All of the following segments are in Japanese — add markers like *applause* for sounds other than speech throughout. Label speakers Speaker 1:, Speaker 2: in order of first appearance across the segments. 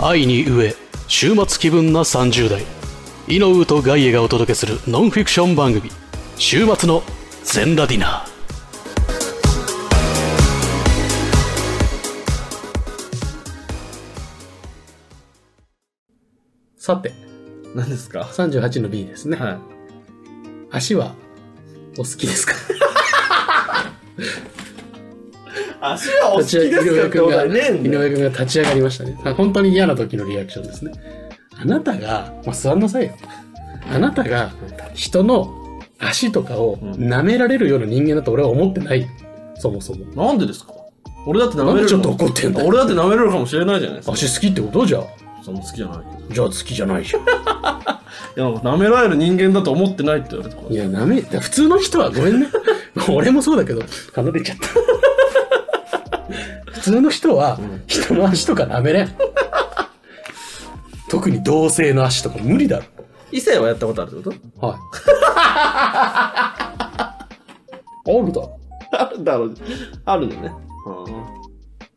Speaker 1: 愛に飢え週末気分な30代イノウとガイエがお届けするノンフィクション番組「週末の全ラディナー」さて
Speaker 2: 何ですか
Speaker 1: 38の B ですね、
Speaker 2: は
Speaker 1: 足はお好きですか
Speaker 2: い。足はお好きですかってことはねえん
Speaker 1: 井
Speaker 2: だよ
Speaker 1: 上君が立ち上がりましたね本当に嫌な時のリアクションですねあなたが、まあ、座んなさいよあなたが人の足とかを舐められるような人間だと俺は思ってないそもそも
Speaker 2: なんでですか俺だって舐め
Speaker 1: なんで
Speaker 2: れる。
Speaker 1: ちょっと怒ってんだよ
Speaker 2: 俺だって舐めれるかもしれないじゃないですか。
Speaker 1: 足好きってことじゃあ
Speaker 2: そんな好きじゃないけど。
Speaker 1: じゃあ好きじゃないじゃん
Speaker 2: いや、なんか舐められる人間だと思ってないって言われたから
Speaker 1: い。や舐め普通の人はごめんね俺もそうだけど鼻出ちゃった普通の人は
Speaker 2: ん
Speaker 1: 人の足とか舐めれん特に同性の足とか無理だろ
Speaker 2: 異性はやったことあるってこ
Speaker 1: *laughs* はい。あるだろ。
Speaker 2: とあるだろう。あるのね。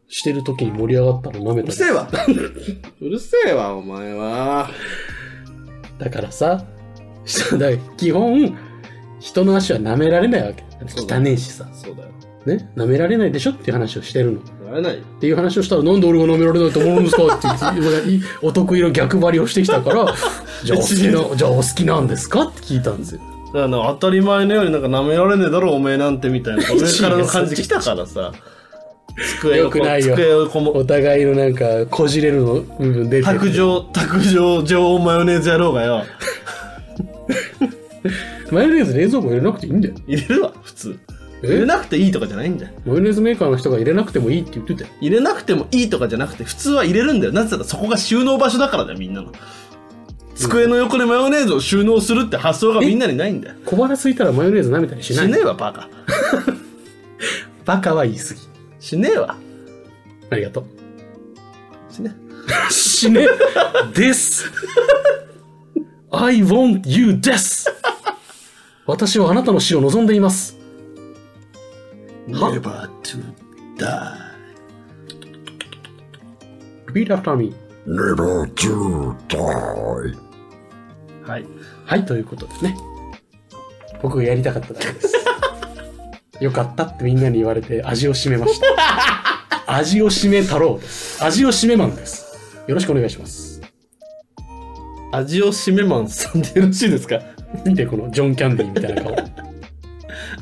Speaker 1: してる時に盛り上がったら舐めた
Speaker 2: うる
Speaker 1: り
Speaker 2: せえわ。 *laughs* うるせえわ、お前は。
Speaker 1: だからさ、 *laughs* そうだから基本、人の足は舐められないわけ。
Speaker 2: そうだ
Speaker 1: 汚ねえしさ。
Speaker 2: そうだよ。
Speaker 1: ね舐められないでしょっていう話をしてるの。っ
Speaker 2: やれないよ。
Speaker 1: ていう話をしたら、なんで俺が舐められないと思うんですかって言って、お得意の逆張りをしてきたから、 *laughs* じゃあお好きな、じゃあお好きなんですかって聞いたんですよ。
Speaker 2: だからなんか当たり前のようになんか舐められねえだろおめえなんて *laughs* みたいな上からの感じ来たからさ机を
Speaker 1: よくないよ
Speaker 2: 机をこも
Speaker 1: お互いのなんか、こじれるの部分出て
Speaker 2: 卓上卓上上マヨネーズ野郎
Speaker 1: *laughs*
Speaker 2: がよ
Speaker 1: マヨネーズ冷蔵庫入れなくていいんだよ。
Speaker 2: 入れるわ普通
Speaker 1: え
Speaker 2: 入れなくていいとかじゃないんだよ
Speaker 1: マヨネーズメーカーの人が入れなくてもいいって言ってたよ。
Speaker 2: 入れなくてもいいとかじゃなくて普通は入れるんだよなぜならそこが収納場所だからだよみんなの机の横にマヨネーズを収納するって発想がみんなにないんだよ
Speaker 1: 小腹空いたらマヨネーズ舐めたりし
Speaker 2: し
Speaker 1: ない。
Speaker 2: ねえわバカ
Speaker 1: バカは言い過ぎ。
Speaker 2: しねえわ
Speaker 1: ありがと
Speaker 2: しね
Speaker 1: う。死ねです。I want you です。私はあなたの死を望んでいます。は
Speaker 2: Never to die
Speaker 1: Repeat after me.
Speaker 3: Never to die.
Speaker 2: はい
Speaker 1: はい、ということでね。僕がやりたかっただけです。よかったってみんなに言われて味を占めました。味を占め太郎です。味を占めマンです。よろしくお願いします。
Speaker 2: 味をしめマンさんでよろしいですか
Speaker 1: 見てこのジョン・キャンディーみたいな顔。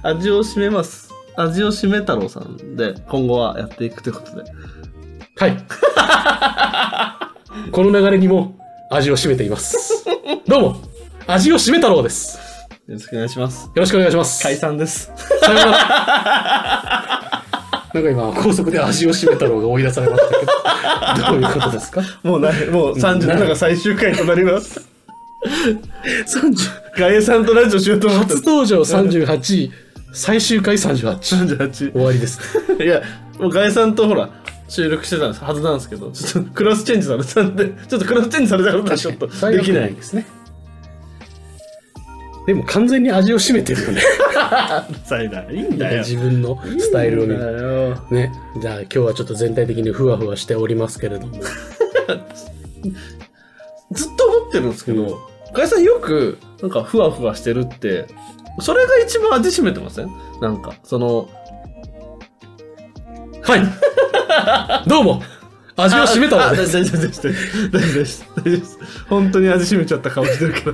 Speaker 2: 味をしめます味をしめ太郎さんで今後はやっていくということで
Speaker 1: はい。 *laughs* この流れにも味を占めています。どうも、味を占め太郎です。よ
Speaker 2: よろしくお願いします
Speaker 1: ろしくお願いします。
Speaker 2: 解散です
Speaker 1: さようなら。 *laughs* なんか今、高速で味を占め太郎が追い出されました *laughs* けど、どういうことですか
Speaker 2: *laughs* もうないもう30
Speaker 1: ない
Speaker 2: なんか最終回となります
Speaker 1: *laughs* 30
Speaker 2: ガエさんとラジオしようと思って
Speaker 1: 初登場38位、最終回38。
Speaker 2: 38
Speaker 1: 終わりです。
Speaker 2: いやもうガエさんとほら収録してたんですはずなんですけどちょっとクロスチェンジされたんでちょっとクロスチェンジされたことはちょっとできない
Speaker 1: ですね。でも完全に味を占めてるよね。
Speaker 2: さいないいんだよ
Speaker 1: 自分のスタイルを見ると
Speaker 2: いいんだよ
Speaker 1: ね、じゃあ今日はちょっと全体的にふわふわしておりますけれども。
Speaker 2: ずっと思ってるんですけど、ガイさんよく、なんか、ふわふわしてるって、それが一番味しめてませんなんか、その、
Speaker 1: はい。 *laughs* どうも。味を占めたの
Speaker 2: ああ
Speaker 1: で
Speaker 2: 大丈夫です。大丈夫です。大丈夫です。本当に味しめちゃった顔してるけど。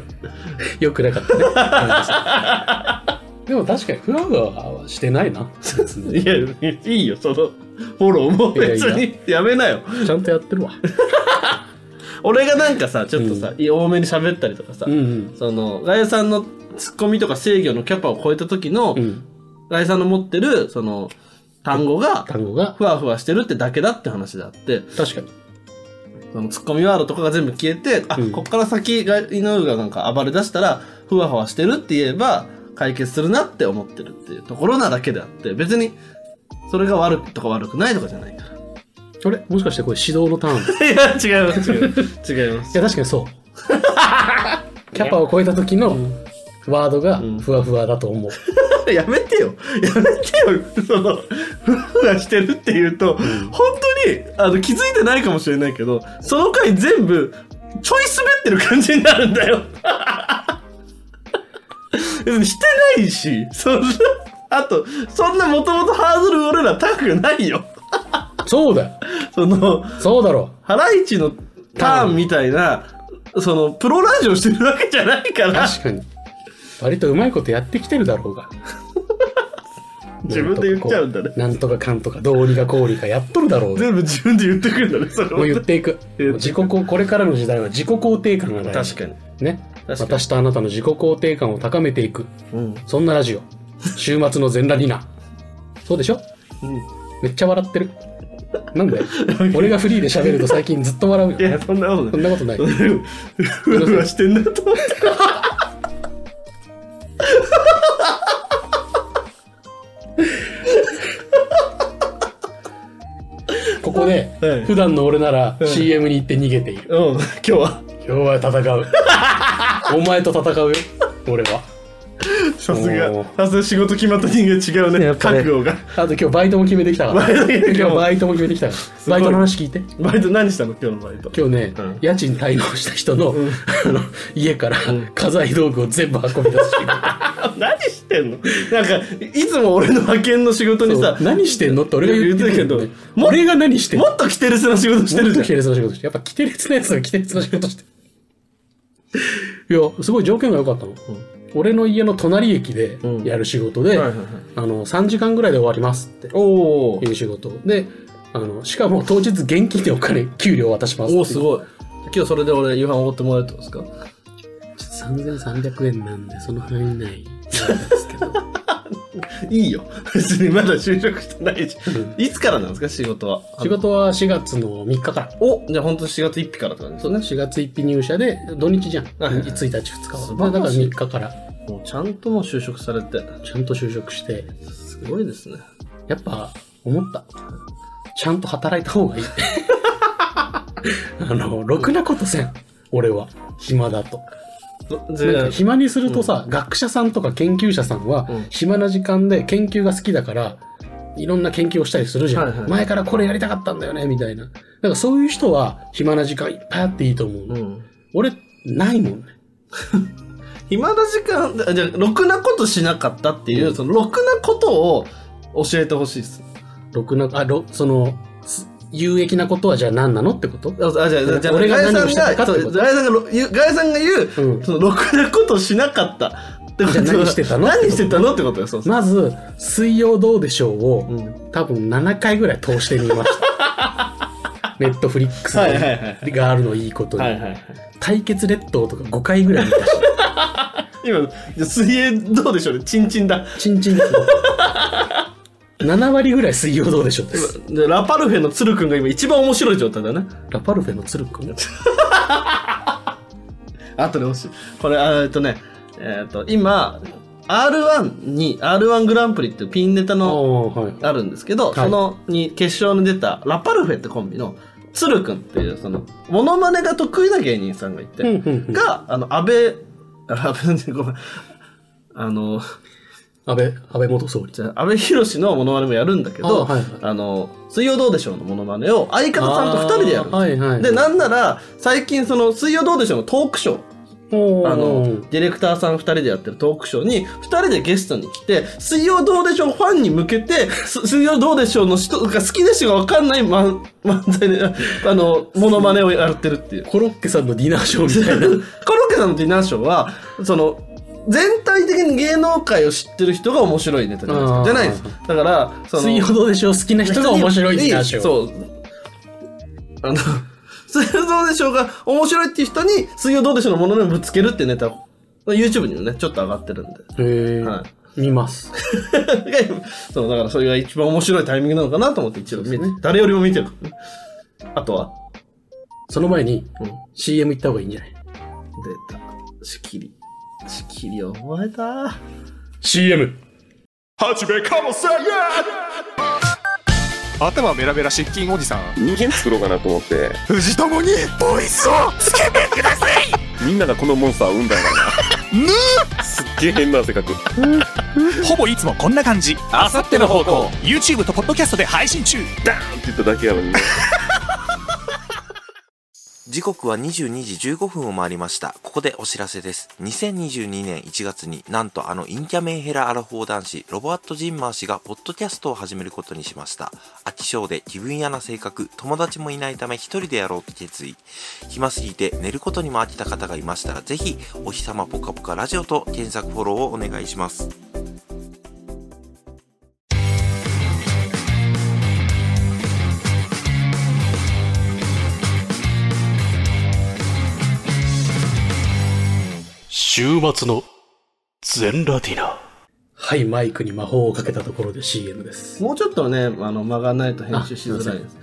Speaker 1: よくなかったねはい。 *laughs* でも確かにふわふわはしてないな。別に
Speaker 2: *laughs* いや、いいよ、その、フォローも
Speaker 1: いやい
Speaker 2: 別
Speaker 1: や
Speaker 2: にやめなよ。
Speaker 1: ちゃんとやってるわ。
Speaker 2: 俺がなんかさ、ちょっとさ、多めに喋ったりとかさ、
Speaker 1: うんうん。
Speaker 2: その、ガイさんのツッコミとか制御のキャパを超えた時の
Speaker 1: う、ん。
Speaker 2: ガイさんの持ってる、その、単語が、
Speaker 1: 単語が
Speaker 2: ふわふわしてるってだけだって話であって、
Speaker 1: 確かに。
Speaker 2: そのツッコミワードとかが全部消えて、あ、
Speaker 1: うん
Speaker 2: こっから先が、井上がなんか暴れ出したら、ふわふわしてるって言えば、解決するなって思ってるっていうところなだけであって、別に、それが悪くとか悪くないとかじゃないから。
Speaker 1: あれもしかしてこれ指導のター
Speaker 2: *laughs*
Speaker 1: ンい
Speaker 2: いや、違います、違います。違 *laughs* います。
Speaker 1: や確かにそう。キャパを超えた時のワードが
Speaker 2: うん
Speaker 1: ふわふわだと思う。
Speaker 2: *laughs* やめてよやめてよそのふらふらしてるっていうと、本当にあの気づいてないかもしれないけどその回全部ちょい滑ってる感じになるんだよ *laughs* 別にしてないしそんなあとそんなもともとハードル俺ら高くないよ
Speaker 1: そうだよ
Speaker 2: その
Speaker 1: そうだろ
Speaker 2: ハライチのターンみたいな、そのプロラジオしてるわけじゃないか
Speaker 1: う
Speaker 2: ら
Speaker 1: 確かに割とうまいことやってきてるだろうが
Speaker 2: 自分で言っちゃうんだね
Speaker 1: なんとかかんとかどうにかこうにかやっとるだろうが
Speaker 2: 全部自分で言ってくるんだねそれ
Speaker 1: もう
Speaker 2: は
Speaker 1: 言っていく
Speaker 2: 言って
Speaker 1: 自己肯これからの時代は自己肯定感が大事
Speaker 2: 確かに、
Speaker 1: ね
Speaker 2: 確かに
Speaker 1: 私とあなたの自己肯定感を高めていく
Speaker 2: うん
Speaker 1: そんなラジオ週末の全裸リナそうでしょめっちゃ笑ってるなん
Speaker 2: *laughs*
Speaker 1: で俺がフリーで喋ると最近ずっと笑うよ
Speaker 2: いやそんなこと
Speaker 1: そん
Speaker 2: な
Speaker 1: な
Speaker 2: い
Speaker 1: こと
Speaker 2: *laughs*
Speaker 1: ない
Speaker 2: ふわふわしてんなと思って
Speaker 1: ここで
Speaker 2: はい
Speaker 1: 普段の俺なら
Speaker 2: い
Speaker 1: CM に行って逃げている
Speaker 2: うん今日は
Speaker 1: 今日は戦
Speaker 2: *laughs*
Speaker 1: うお前と戦うよ俺は
Speaker 2: さすが
Speaker 1: おー
Speaker 2: さすが仕事決まった人間違うね
Speaker 1: やっぱね
Speaker 2: 覚悟が
Speaker 1: あと今日バイトも決めてきたから
Speaker 2: バイト決めてきた
Speaker 1: 今日バイトも決めてきたから
Speaker 2: ご
Speaker 1: バ
Speaker 2: い
Speaker 1: イトの話聞いて
Speaker 2: バイト何したの今日のバイト
Speaker 1: 今日ね、
Speaker 2: うん
Speaker 1: 家賃滞納した人の,、あの家から家財道具を全部運び出す仕事
Speaker 2: *laughs* 何してんのなんかいつも俺の派遣の仕事にさ
Speaker 1: そう何してんのって俺が言ってるけど、ね
Speaker 2: 言ってるけ、ど
Speaker 1: 俺が何してんの
Speaker 2: もっとキテレツな仕事してるじ
Speaker 1: と
Speaker 2: ゃん
Speaker 1: キテレツの仕事してやっぱキテレツのやつがキテレツの仕事していやすごい条件が良かったの、俺の家の隣駅でやる仕事で、
Speaker 2: はいはいはい
Speaker 1: あの3時間ぐらいで終わりますって
Speaker 2: おー
Speaker 1: いう仕事であのしかも当日現金でお金給料渡します
Speaker 2: おーす
Speaker 1: い
Speaker 2: ごい今日それで俺夕飯おごってもらえたんですか
Speaker 1: 3300円なんでその範囲内なんですけど
Speaker 2: いいよ *laughs* 別にまだ就職してないしいつからなんですか仕事は
Speaker 1: 仕事は4月の3日から
Speaker 2: おじゃあ本当4月1日からって感じ
Speaker 1: そうね、4月1日入社で、土日じゃん。
Speaker 2: はいはい
Speaker 1: 1日、2日
Speaker 2: 素晴
Speaker 1: は。
Speaker 2: らしい
Speaker 1: だから3日から、
Speaker 2: もうちゃんともう就職されて
Speaker 1: ちゃんと就職して、
Speaker 2: すごいですね
Speaker 1: やっぱ、思った。ちゃんと働いた方がいい。
Speaker 2: *laughs*
Speaker 1: あの、ろくなことせん。俺は。暇だと。なんか暇にするとさ、学者さんとか研究者さんは
Speaker 2: うん、
Speaker 1: 暇な時間で研究が好きだから、いろんな研究をしたりするじゃん。
Speaker 2: はいはい
Speaker 1: 前からこれやりたかったんだよね、みたいな。だからそういう人は、暇な時間いっぱいあっていいと思う。
Speaker 2: うん
Speaker 1: 俺、ないもんね。
Speaker 2: 暇な時間あじゃあろくなことしなかったっていう、そのろくなことを教えてほしいです
Speaker 1: ろくな、あ、ろ、その、す有益なことはじゃあ何なのって
Speaker 2: *laughs*
Speaker 1: こと
Speaker 2: ああじゃあじゃあ
Speaker 1: 俺が
Speaker 2: ガイさ
Speaker 1: 何をした
Speaker 2: んが
Speaker 1: かってこと
Speaker 2: そうガイさんがろ言うガイさんが言う、
Speaker 1: うん
Speaker 2: そのろくなことしなかったってことは
Speaker 1: じゃあ何してたの
Speaker 2: 何してたのってことよそうそう
Speaker 1: まず、水曜どうでしょうを、
Speaker 2: うん
Speaker 1: 多分7回ぐらい通してみまし
Speaker 2: *laughs*
Speaker 1: た。ネットフリックス
Speaker 2: はいはいはいは
Speaker 1: があるのいいことに。
Speaker 2: はいはいはい
Speaker 1: 対決列島とか5回ぐらい見たし、
Speaker 2: 今じゃあ水泳どうでしょうねチンチンだ
Speaker 1: チンチン7割
Speaker 2: *laughs*
Speaker 1: ぐらい水曜どうでしょうです。
Speaker 2: でラパルフェの鶴くんが今一番面白い状態だね
Speaker 1: ラパルフェの鶴くん。
Speaker 2: あとで欲しいこれあえっとねえっと今 R1 に R1 グランプリっていうピンネタ
Speaker 1: あ
Speaker 2: の
Speaker 1: あ、はい。
Speaker 2: あるんですけど、
Speaker 1: い
Speaker 2: そのに決勝に出たラパルフェってコンビの鶴くんっていうそのモノマネが得意な芸人さんがいて、
Speaker 1: うんうんうん
Speaker 2: があの安倍あ安倍ごめんあの
Speaker 1: 安倍、安倍元総理。
Speaker 2: じゃあ安倍博のモノマネもやるんだけ
Speaker 1: あ
Speaker 2: どあ、
Speaker 1: はいはい
Speaker 2: の水曜どうでしょうのモノマネを相方さんと二人でやるんですよ
Speaker 1: あーはいはい
Speaker 2: でなんなら最近その水曜どうでしょうのトークショー
Speaker 1: おー
Speaker 2: あの、ディレクターさん2人でやってるトークショーに2人でゲストに来て「水曜どうでしょう」ファンに向けて「す水曜どうでしょう」の人が好きでしょが分かんない漫漫才で *laughs* あのモノマネをやってる
Speaker 1: *laughs*
Speaker 2: っていう。
Speaker 1: コロッケさんのディナーショー
Speaker 2: コ
Speaker 1: みたいな。
Speaker 2: ロッケさんのディナーショーはその全体的に芸能界を知ってる人が面白いネタじゃないですかじゃないですだからその
Speaker 1: 水曜どうでしょう好きな人が面白いって話を。
Speaker 2: そう。あの、 *laughs* 水曜どうでしょうが面白いっていう人に、水曜どうでしょうのものにぶつけるっていうネタを、YouTube にもね、ちょっと上がってるんで。 *laughs*
Speaker 1: へえ、
Speaker 2: は
Speaker 1: 見ます。
Speaker 2: そう、だからそれが一番面白いタイミングなのかなと思って一応見て、
Speaker 1: そうですね
Speaker 2: 誰よりも見てるからねあとは、
Speaker 1: その前に
Speaker 2: うん、出
Speaker 1: CM 行った方がいいんじゃない
Speaker 2: た。仕切り。仕切り覚えた。
Speaker 1: ?CM!
Speaker 4: 頭メラメラ失禁おじさん
Speaker 5: 人間作ろうかなと思って
Speaker 4: 藤友にボイスをつけてください
Speaker 5: みんながこのモンスターを産んだんだなすっげえ変な汗かく。
Speaker 4: ほぼいつもこんな感じあさっての方向 YouTube とポッドキャストで配信中
Speaker 5: ダーンって言っただけやのに。
Speaker 6: 時刻は22時15分を回りました。ここでお知らせです。2022年1月になんとあのインキャメンヘラアラフォー男子、ロボアット・ジンマー氏がポッドキャストを始めることにしました。飽き性で気分屋な性格、友達もいないため一人でやろうと決意。暇すぎて寝ることにも飽きた方がいましたら、ぜひ、お日様ぽかぽかラジオと検索フォローをお願いします。
Speaker 7: 週末の全ラディナ
Speaker 1: はい、マイクに魔法をかけたところで CM です。
Speaker 2: もうちょっとね、あの、間がないと編集しづらいです。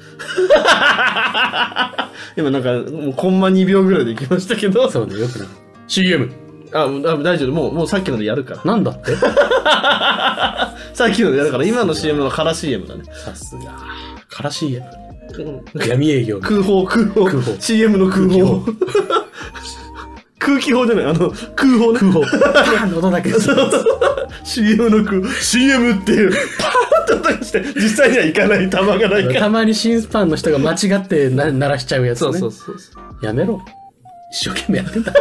Speaker 2: 今なんか、もうコンマ2秒ぐらいでいきましたけど。
Speaker 1: そうね、よくなかった。CM!
Speaker 2: あ、もうあ大丈夫。もう、もうさっきのでやるから。
Speaker 1: なんだ
Speaker 2: *laughs*
Speaker 1: って
Speaker 2: さっきのでやるから、今の CM の空 CM だね。
Speaker 1: さすが。から CM。闇営
Speaker 2: *laughs*
Speaker 1: 業。
Speaker 2: 空砲、空砲。
Speaker 1: 空砲
Speaker 2: CM の空砲。 *laughs* 空気砲じゃない、あの、空砲ね。空砲。
Speaker 1: パーンの音だけです。
Speaker 2: *laughs* CM の空、CM っていう、パーッと音して、実際には行かない、弾がないから。
Speaker 1: たまに審判の人が間違ってな鳴らしちゃうやつね。
Speaker 2: そうそうそうそう。
Speaker 1: やめろ。一生懸命やってんだ。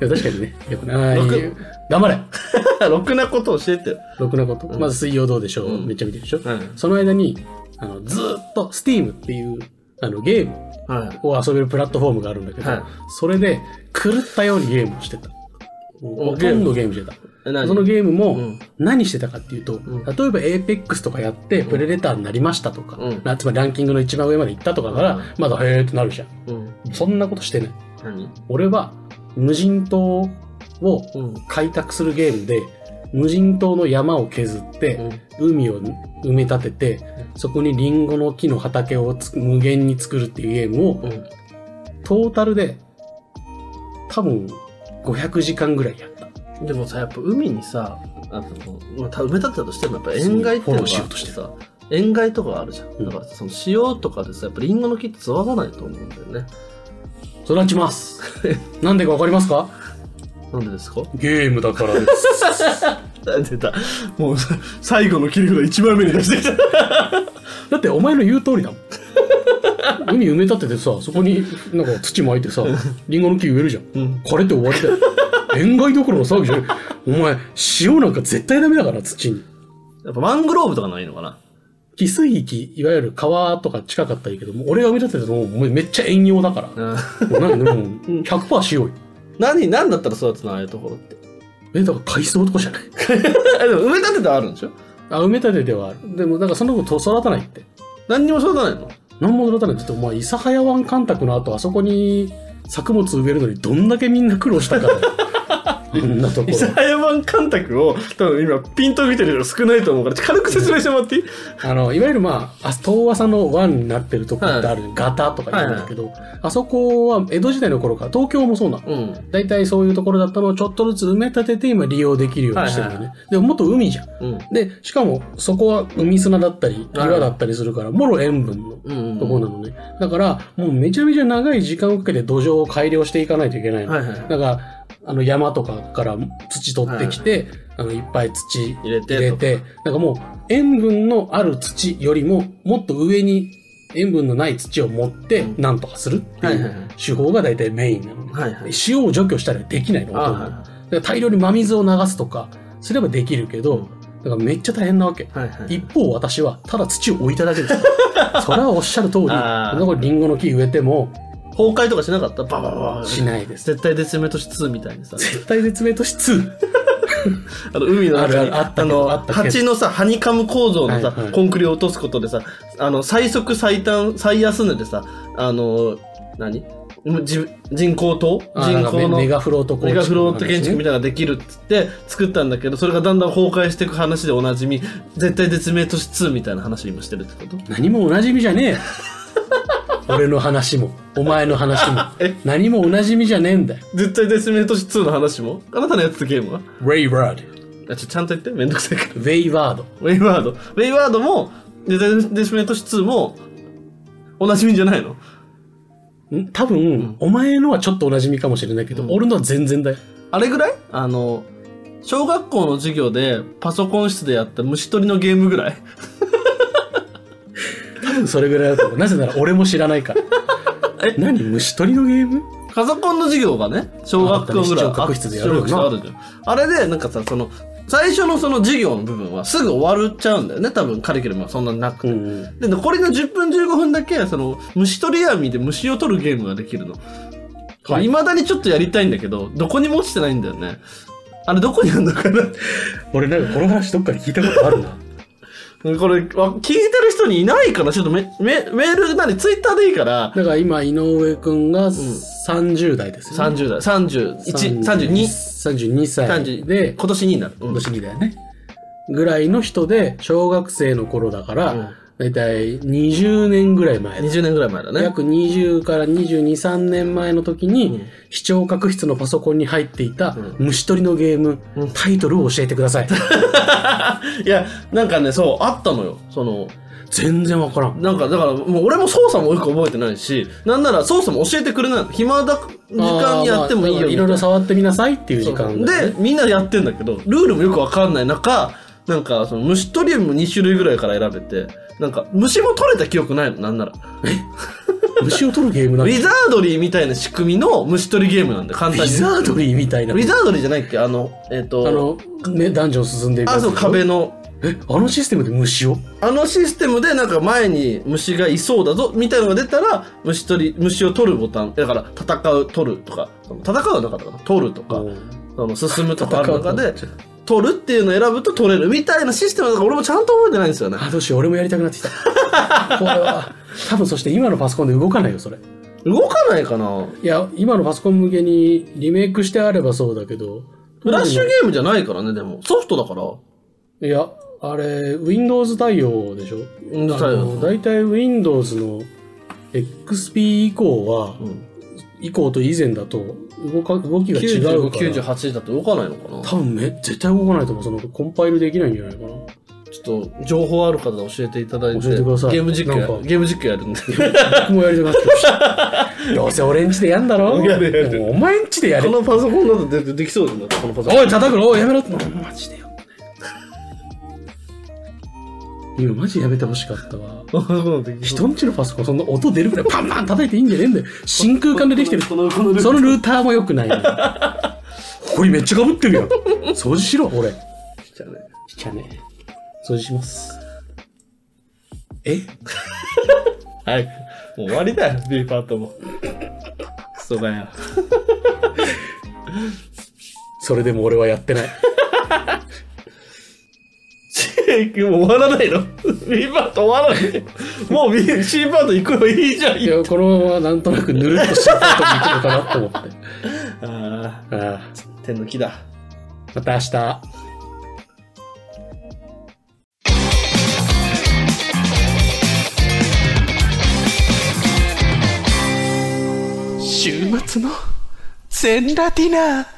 Speaker 1: でも確かにね、よくない
Speaker 2: ろく。
Speaker 1: 頑張れ
Speaker 2: *laughs* ろくなことを教えてよ。
Speaker 1: ろくなこと。まず水曜どうでしょう、
Speaker 2: ん
Speaker 1: めっちゃ見てるでしょ、
Speaker 2: うん
Speaker 1: その間に、あの、ずーっと Steam っていう、あの、ゲーム
Speaker 2: はい。
Speaker 1: を遊べるプラットフォームがあるんだけど、
Speaker 2: はい
Speaker 1: それで狂ったようにゲームをしてた。
Speaker 2: お
Speaker 1: ほとんどゲームしてた。
Speaker 2: え何
Speaker 1: そのゲーム
Speaker 2: う
Speaker 1: も
Speaker 2: ん
Speaker 1: 何してたかっていうと、例
Speaker 2: ん
Speaker 1: えば Apex とかやってプレデターになりましたとか、
Speaker 2: うん
Speaker 1: なつまりランキングの一番上まで行ったとかなら、
Speaker 2: うん
Speaker 1: まだへーってなるじゃん。
Speaker 2: うん。
Speaker 1: そんなことしてない。
Speaker 2: 何
Speaker 1: 俺は無人島を
Speaker 2: うん。
Speaker 1: 開拓するゲームで、無人島の山を削って、海を埋め立てて、そこにリンゴの木の畑をつ無限に作るっていうゲームを、
Speaker 2: うん。
Speaker 1: トータルで、多分、500時間ぐらいやった。
Speaker 2: でもさ、やっぱ海にさ、あのまあ、た埋め立てたとしても、やっぱ塩害ってい
Speaker 1: フォ
Speaker 2: うのがあって
Speaker 1: ローしようとして
Speaker 2: さ、塩害とかあるじゃん。
Speaker 1: ん
Speaker 2: だからその塩とかでさ、やっぱリンゴの木って育たないと思うんだよね。
Speaker 1: 育ち *laughs* ます。なんでかわかりますか
Speaker 2: なんでですか
Speaker 1: ゲームだからです。
Speaker 2: 出た。もうさ、最後の切り札一番目に出 *laughs* してきた。
Speaker 1: *laughs* だってお前の言う通りだもん。海埋め立ててさ、そこになんか土巻いてさ、リンゴの木植えるじゃん。
Speaker 2: うん
Speaker 1: 枯れて終わりだよ。塩害どころの騒ぎじゃない。お前、塩なんか絶対ダメだから、土に。
Speaker 2: やっぱマングローブとかないのかな
Speaker 1: 汽水域、いわゆる川とか近かったらいいけど、もう俺が生み立てたのもうめっちゃ遠洋だから。
Speaker 2: うん。
Speaker 1: もうなんかでも、100%塩よ。
Speaker 2: 何、何だったら育つのああいうところって。
Speaker 1: え、だから海藻とかじゃない。
Speaker 2: *laughs*
Speaker 1: *laughs*
Speaker 2: え、でも埋め立ててあるんでしょ
Speaker 1: あ、埋め立てではある。でも、なんかその子育たないって。
Speaker 2: 何にも育たないの
Speaker 1: 何も育たないって言って、お前、諫早湾干拓の後、あそこに作物植えるのにどんだけみんな苦労したかだよ。あんなとこ
Speaker 2: 伊
Speaker 1: ろ
Speaker 2: 佐。早湾干拓を多分今ピンと見てる人少ないと思うから軽く説明してもらっていい
Speaker 1: あの、いわゆるまあ、あ東和さの湾になってるとこってある、ガタとか言うんだけど、あそこは江戸時代の頃から、東京もそうなの。
Speaker 2: うん。
Speaker 1: 大体そういうところだったのをちょっとずつ埋め立てて今利用できるようにしてるのね。
Speaker 2: はい
Speaker 1: でももっと海じゃん。
Speaker 2: うん。
Speaker 1: で、しかもそこは海砂だったり
Speaker 2: はい
Speaker 1: 岩だったりするから、もろ塩分の
Speaker 2: うん。
Speaker 1: ところなのね。だから、もうめちゃめちゃ長い時間をかけて土壌を改良していかないといけないの。
Speaker 2: はいはい
Speaker 1: だから、あの山とかから土取ってきて、あのいっぱい土
Speaker 2: 入れて
Speaker 1: 入れて、なんかもう塩分のある土よりももっと上に塩分のない土を持って
Speaker 2: うん
Speaker 1: なんとかするって
Speaker 2: はい
Speaker 1: い
Speaker 2: はいは
Speaker 1: う
Speaker 2: い
Speaker 1: 手法が大体メインなのね。
Speaker 2: はいはい。
Speaker 1: 塩を除去したらできないの。
Speaker 2: あ
Speaker 1: だ
Speaker 2: は
Speaker 1: から大量に真水を流すとかすればできるけど、だからめっちゃ大変なわけ。
Speaker 2: いはいはい。
Speaker 1: 一方私はただ土を置いただけです。それはおっしゃる通り、こ
Speaker 2: あー
Speaker 1: の頃リンゴの木植えても
Speaker 2: 崩壊とかしなかったババババ
Speaker 1: しないです。
Speaker 2: 絶対絶命都市2みたいにさ、
Speaker 1: 絶対絶命都市2。
Speaker 2: あの海の
Speaker 1: あ
Speaker 2: 中に
Speaker 1: るあるあったけど
Speaker 2: の
Speaker 1: あったけど
Speaker 2: 蜂のさ、ハニカム構造のさ、
Speaker 1: はいはい
Speaker 2: コンクリを落とすことでさ、あの最速最短最安値でさ、あの何？じ人工島
Speaker 1: あー
Speaker 2: 人
Speaker 1: なんかメ
Speaker 2: 工の
Speaker 1: メガフロート構
Speaker 2: メガフロート建築みた
Speaker 1: た
Speaker 2: いなのができるっつって作ったんだけど、それがだんだん崩壊していく話でおなじみ、絶対絶命都市2みたいな話を今してるってこと
Speaker 1: 何もおなじみじゃねえよ俺の話も、お前の話も
Speaker 2: え、
Speaker 1: 何もおなじみじゃねえんだよ。
Speaker 2: 絶対絶命都市2の話もあなたのやってたゲームは
Speaker 1: レイワード。
Speaker 2: あちょちゃんと言って、めんどくさいから。
Speaker 1: ウェイワード。
Speaker 2: ウェイワード。ウェイワードも、絶対絶命都市2も、おなじみじゃないの
Speaker 1: ん多分、お前のはちょっとおなじみかもしれないけど、俺のは全然だよ。 *laughs*
Speaker 2: あれぐらいあの、小学校の授業でパソコン室でやった虫取りのゲームぐらい
Speaker 1: 多分それぐらいだと思う。なぜなら俺も知らないから。 *laughs* え、何虫取りのゲーム
Speaker 2: パソコンの授業がね小学校ぐらい
Speaker 1: あったね視聴覚室でやるよな
Speaker 2: あ視聴覚室あるじゃんあれでなんかさその最初のその授業の部分はすぐ終わっちゃうんだよね多分カリキュラムはそんなになくて、
Speaker 1: うん。
Speaker 2: で残りの10分15分だけその虫取り網で虫を取るゲームができるの
Speaker 1: はい
Speaker 2: いま、未だにちょっとやりたいんだけどどこにも落ちてないんだよねあれどこにあるのかな *laughs*
Speaker 1: 俺なんかこの話どっかで聞いたことあるな。
Speaker 2: これわ聞いてる人にいないかなちょっとメメメールなりツイッターでいいから
Speaker 1: だから今、井上くんが30代ですよね。
Speaker 2: 30代3132
Speaker 1: 32歳で、
Speaker 2: 今年2になる、うん
Speaker 1: 今年にだよね。ぐらいの人で、小学生の頃だから、
Speaker 2: うん
Speaker 1: だいたい20年ぐらい前。
Speaker 2: 20年ぐらい前だね
Speaker 1: 約20から22、3年前の時に、視聴覚室のパソコンに入っていた虫取りのゲーム、タイトルを教えてください。
Speaker 2: いやなんかねそうあったのよその
Speaker 1: 全然わからん。
Speaker 2: なんかだからもう俺も操作もよく覚えてないしなんなら操作も教えてくれないの暇だ時間にやってもい
Speaker 1: あーまあ
Speaker 2: いよみた
Speaker 1: だから
Speaker 2: い
Speaker 1: い
Speaker 2: な
Speaker 1: ろいろ触ってみなさいっていう時間がね
Speaker 2: でみんなやってんだけどルールもよくわかんない中なんかその虫取りも2種類ぐらいから選べてなんか虫も取れた記憶ないのなんなら
Speaker 1: 虫を取るゲームな
Speaker 2: ウ
Speaker 1: んだ
Speaker 2: ィザードリーみたいな仕組みの虫取りゲームなんで簡
Speaker 1: ウ
Speaker 2: 単に
Speaker 1: ィザードリーみたいな。
Speaker 2: ウィザードリーじゃないっけあのえっ、と
Speaker 1: あの、ね、ダンジョン進んでいくや
Speaker 2: あ
Speaker 1: つで
Speaker 2: そ
Speaker 1: しょ。
Speaker 2: う壁の
Speaker 1: え、あのシステムで虫を
Speaker 2: あのシステムでなんか前に虫がいそうだぞみたいのが出たら虫取り虫を取るボタンだから戦う取るとかその戦うはなかったかな取るとかその進むとかある中で
Speaker 1: 戦う
Speaker 2: 取るっていうのを選ぶと取れるみたいなシステムだから俺もちゃんと覚えてないんですよね
Speaker 1: あ、どうしよう、俺もやりたくなってきた。これは、多分そして今のパソコンで動かないよ、それ。
Speaker 2: 動かないかない
Speaker 1: や、今のパソコン向けにリメイクしてあればそうだけど。
Speaker 2: フラッシュゲームじゃないからねでもソフトだから
Speaker 1: いや、あれ、Windows 対応でしょ
Speaker 2: Windows 対応
Speaker 1: あの大体 Windows の XP 以降は、
Speaker 2: ん
Speaker 1: 以降と以前だと動か動きが違うから。
Speaker 2: 9598だと動かないのかな
Speaker 1: 多分め絶対動かないと思う。そのコンパイルできないんじゃないかな。
Speaker 2: ちょっと情報ある方教えていただいて
Speaker 1: 教えてください
Speaker 2: ゲーム実況や
Speaker 1: なんか
Speaker 2: ゲーム実況やるんで *laughs*
Speaker 1: 僕もやりたくなってきたどうせ俺んちでやんだろ
Speaker 2: やるやる
Speaker 1: もうお前んちでやれ。
Speaker 2: のパソコンだとででできそうだなこのパソ
Speaker 1: おい、叩くのおい、やめろって。マジでよ。今マジやめてほしかったわ。
Speaker 2: ン
Speaker 1: 人んちのパソコンそんな音出るくらいパンパン叩いていいんじゃねえんだよ *laughs* 真空管でできてるそのルーターも良くないのよほこりめっちゃかぶってるやん掃除しろ俺しちゃね掃除しますえ
Speaker 2: はいもう終わりだよ B パートもクソ
Speaker 1: *laughs*
Speaker 2: がや
Speaker 1: それでも俺はやってない
Speaker 2: もう終わらないの B パート終わ
Speaker 1: *laughs*
Speaker 2: らないもう B C パート行くよいいじゃん
Speaker 1: いやこのままなんとなくぬるっとしたことに行くのかなと思って
Speaker 2: あ
Speaker 1: ああ
Speaker 2: ー天の木だ
Speaker 1: また明日
Speaker 7: 週末の全裸ディナー